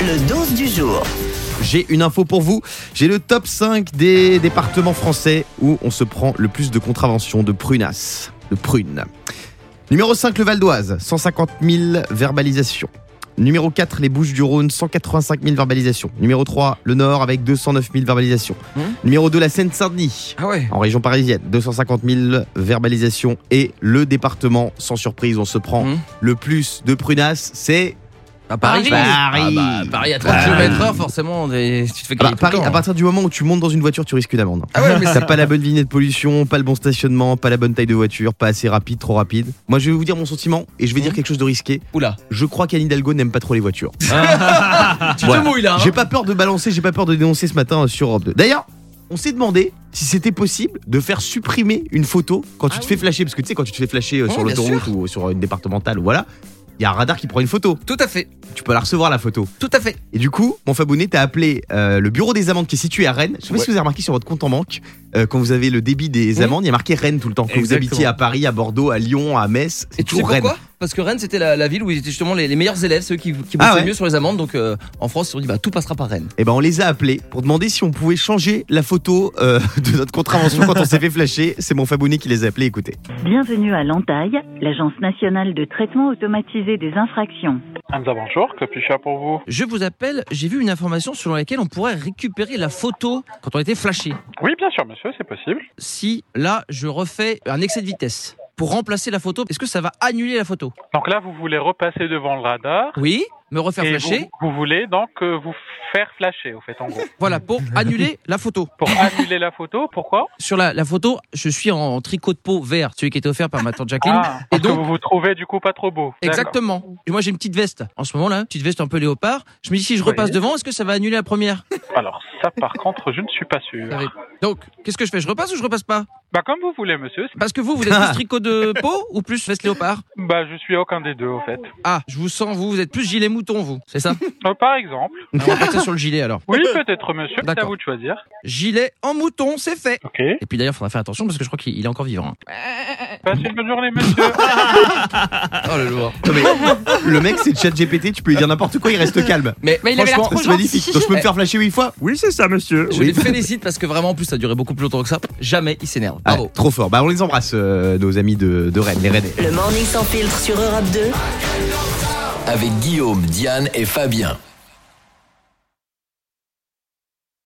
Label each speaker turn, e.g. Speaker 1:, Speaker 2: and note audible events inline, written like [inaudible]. Speaker 1: Le dose du jour.
Speaker 2: J'ai une info pour vous. J'ai le top 5 des départements français où on se prend le plus de contraventions de prunas, de prunes. Numéro 5, le Val d'Oise, 150 000 verbalisations. Numéro 4, les Bouches du Rhône, 185 000 verbalisations. Numéro 3, le Nord avec 209 000 verbalisations.
Speaker 3: Mmh.
Speaker 2: Numéro 2, la Seine-Saint-Denis,
Speaker 3: Ah ouais
Speaker 2: en région parisienne, 250 000 verbalisations. Et le département, sans surprise, on se prend
Speaker 3: Mmh.
Speaker 2: le plus de prunas, c'est
Speaker 3: À Paris
Speaker 2: Paris.
Speaker 3: Ah bah, Paris à 30
Speaker 2: Paris.
Speaker 3: km heure, forcément, des- tu te fais
Speaker 2: Ah bah,
Speaker 3: griller tout le
Speaker 2: Paris,
Speaker 3: temps,
Speaker 2: à
Speaker 3: hein.
Speaker 2: partir du moment où tu montes dans une voiture, tu risques une amende.
Speaker 3: Ah ouais, mais [laughs]
Speaker 2: T'as pas la bonne vignette pollution, pas le bon stationnement, pas la bonne taille de voiture, pas assez rapide, trop rapide. Moi, je vais vous dire mon sentiment et je vais dire
Speaker 3: Mmh.
Speaker 2: quelque chose de risqué.
Speaker 3: Oula.
Speaker 2: Je crois qu'Anne Hidalgo n'aime pas trop les voitures. [laughs]
Speaker 3: Tu
Speaker 2: Voilà.
Speaker 3: te mouilles là. hein.
Speaker 2: J'ai pas peur de balancer, j'ai pas peur de dénoncer ce matin euh, sur Europe 2. D'ailleurs, on s'est demandé si c'était possible de faire supprimer une photo quand tu
Speaker 3: Ah
Speaker 2: te
Speaker 3: oui.
Speaker 2: fais flasher, parce que tu sais, quand tu te fais flasher euh,
Speaker 3: Ouais,
Speaker 2: sur
Speaker 3: bien
Speaker 2: l'autoroute ou sur une départementale, voilà, il y a un radar qui prend une photo.
Speaker 3: Tout à fait,
Speaker 2: Tu peux la recevoir la photo.
Speaker 3: tout à fait.
Speaker 2: Et du coup, mon Fabonnet t'as appelé euh, le bureau des amendes qui est situé à Rennes. Je sais pas
Speaker 3: Ouais.
Speaker 2: si vous avez remarqué sur votre compte en banque, euh, quand vous avez le débit des
Speaker 3: Oui.
Speaker 2: amendes, il y a marqué Rennes tout le temps. Que vous
Speaker 3: Exactement.
Speaker 2: habitiez à Paris, à Bordeaux, à Lyon, à Metz, c'est
Speaker 3: Et tu sais
Speaker 2: toujours Rennes.
Speaker 3: pourquoi Parce que Rennes, c'était la, la ville où ils étaient justement les, les meilleurs élèves, ceux qui, qui bossaient
Speaker 2: Ah ouais.
Speaker 3: mieux sur les amendes. Donc euh, en France, ils se sont dit, bah tout passera par Rennes.
Speaker 2: Et ben on les a appelés pour demander si on pouvait changer la photo euh, [laughs] de notre contravention quand on s'est fait flasher. C'est mon Fabonnet qui les a appelés, écoutez.
Speaker 1: Bienvenue à l'Antaille, l'agence nationale de traitement automatisé des infractions.
Speaker 4: Hamza, bonjour, que puis-je faire pour vous
Speaker 3: Je vous appelle, j'ai vu une information selon laquelle on pourrait récupérer la photo quand on était flashé.
Speaker 4: Oui, bien sûr, monsieur, c'est possible.
Speaker 3: Si là, je refais un excès de vitesse pour remplacer la photo, est-ce que ça va annuler la photo
Speaker 4: Donc là, vous voulez repasser devant le radar.
Speaker 3: Oui, me refaire
Speaker 4: et
Speaker 3: flasher.
Speaker 4: Vous, vous voulez donc euh, vous faire flasher, au fait, en gros.
Speaker 3: Voilà, [laughs] pour annuler la photo. [laughs]
Speaker 4: Pour annuler la photo, pourquoi
Speaker 3: Sur la, la photo, je suis en, tricot de peau vert, celui qui était offert par ma tante Jacqueline.
Speaker 4: Ah, parce
Speaker 3: donc-
Speaker 4: que vous vous trouvez du coup pas trop beau. D'accord.
Speaker 3: Exactement. Et moi, j'ai une petite veste en ce moment-là, une petite veste un peu léopard. Je me dis, si je repasse
Speaker 4: Oui.
Speaker 3: devant, est-ce que ça va annuler la première
Speaker 4: Alors, ça,
Speaker 3: [laughs]
Speaker 4: par contre, je ne suis pas sûr.
Speaker 3: Ça va être- Donc, qu'est-ce que je fais Je repasse ou je repasse pas
Speaker 4: Bah, comme vous voulez, monsieur.
Speaker 3: Parce que vous, vous êtes plus
Speaker 4: Ah.
Speaker 3: tricot de peau ou plus veste léopard
Speaker 4: Bah, je suis aucun des deux, au fait.
Speaker 3: Ah, je vous sens, vous, vous êtes plus gilet mouton, vous. C'est
Speaker 4: [laughs]
Speaker 3: ça
Speaker 4: Euh, par exemple.
Speaker 3: Ah, On va partir sur le gilet alors. [laughs]
Speaker 4: Oui, peut-être, monsieur. C'est à
Speaker 3: D'accord.
Speaker 4: vous de choisir.
Speaker 3: Gilet en mouton, c'est fait.
Speaker 4: Ok.
Speaker 3: Et puis d'ailleurs, faudra faire attention parce que je crois qu'il il est encore vivant. hein.
Speaker 4: Passez une bonne journée, monsieur.
Speaker 2: Ah,
Speaker 3: Oh le lourd.
Speaker 2: Non, mais le mec, c'est chat GPT, tu peux lui dire n'importe quoi, il reste calme.
Speaker 3: Mais,
Speaker 5: Mais il avait l'air
Speaker 2: Franchement,
Speaker 5: trop
Speaker 2: c'est magnifique.
Speaker 5: gentil.
Speaker 2: Donc je
Speaker 3: [laughs] Eh.
Speaker 2: peux me faire flasher 8 fois Oui, c'est ça, monsieur.
Speaker 3: je les félicite parce que vraiment, en plus, ça a duré beaucoup plus longtemps que ça. Jamais il s'énerve.
Speaker 2: Ah,
Speaker 3: Bravo.
Speaker 2: trop fort. Bah, on les embrasse, euh, nos amis de, de Rennes, les Rennais.
Speaker 1: Le morning sans filtre sur Europe 2.
Speaker 6: avec Guillaume, Diane et Fabien.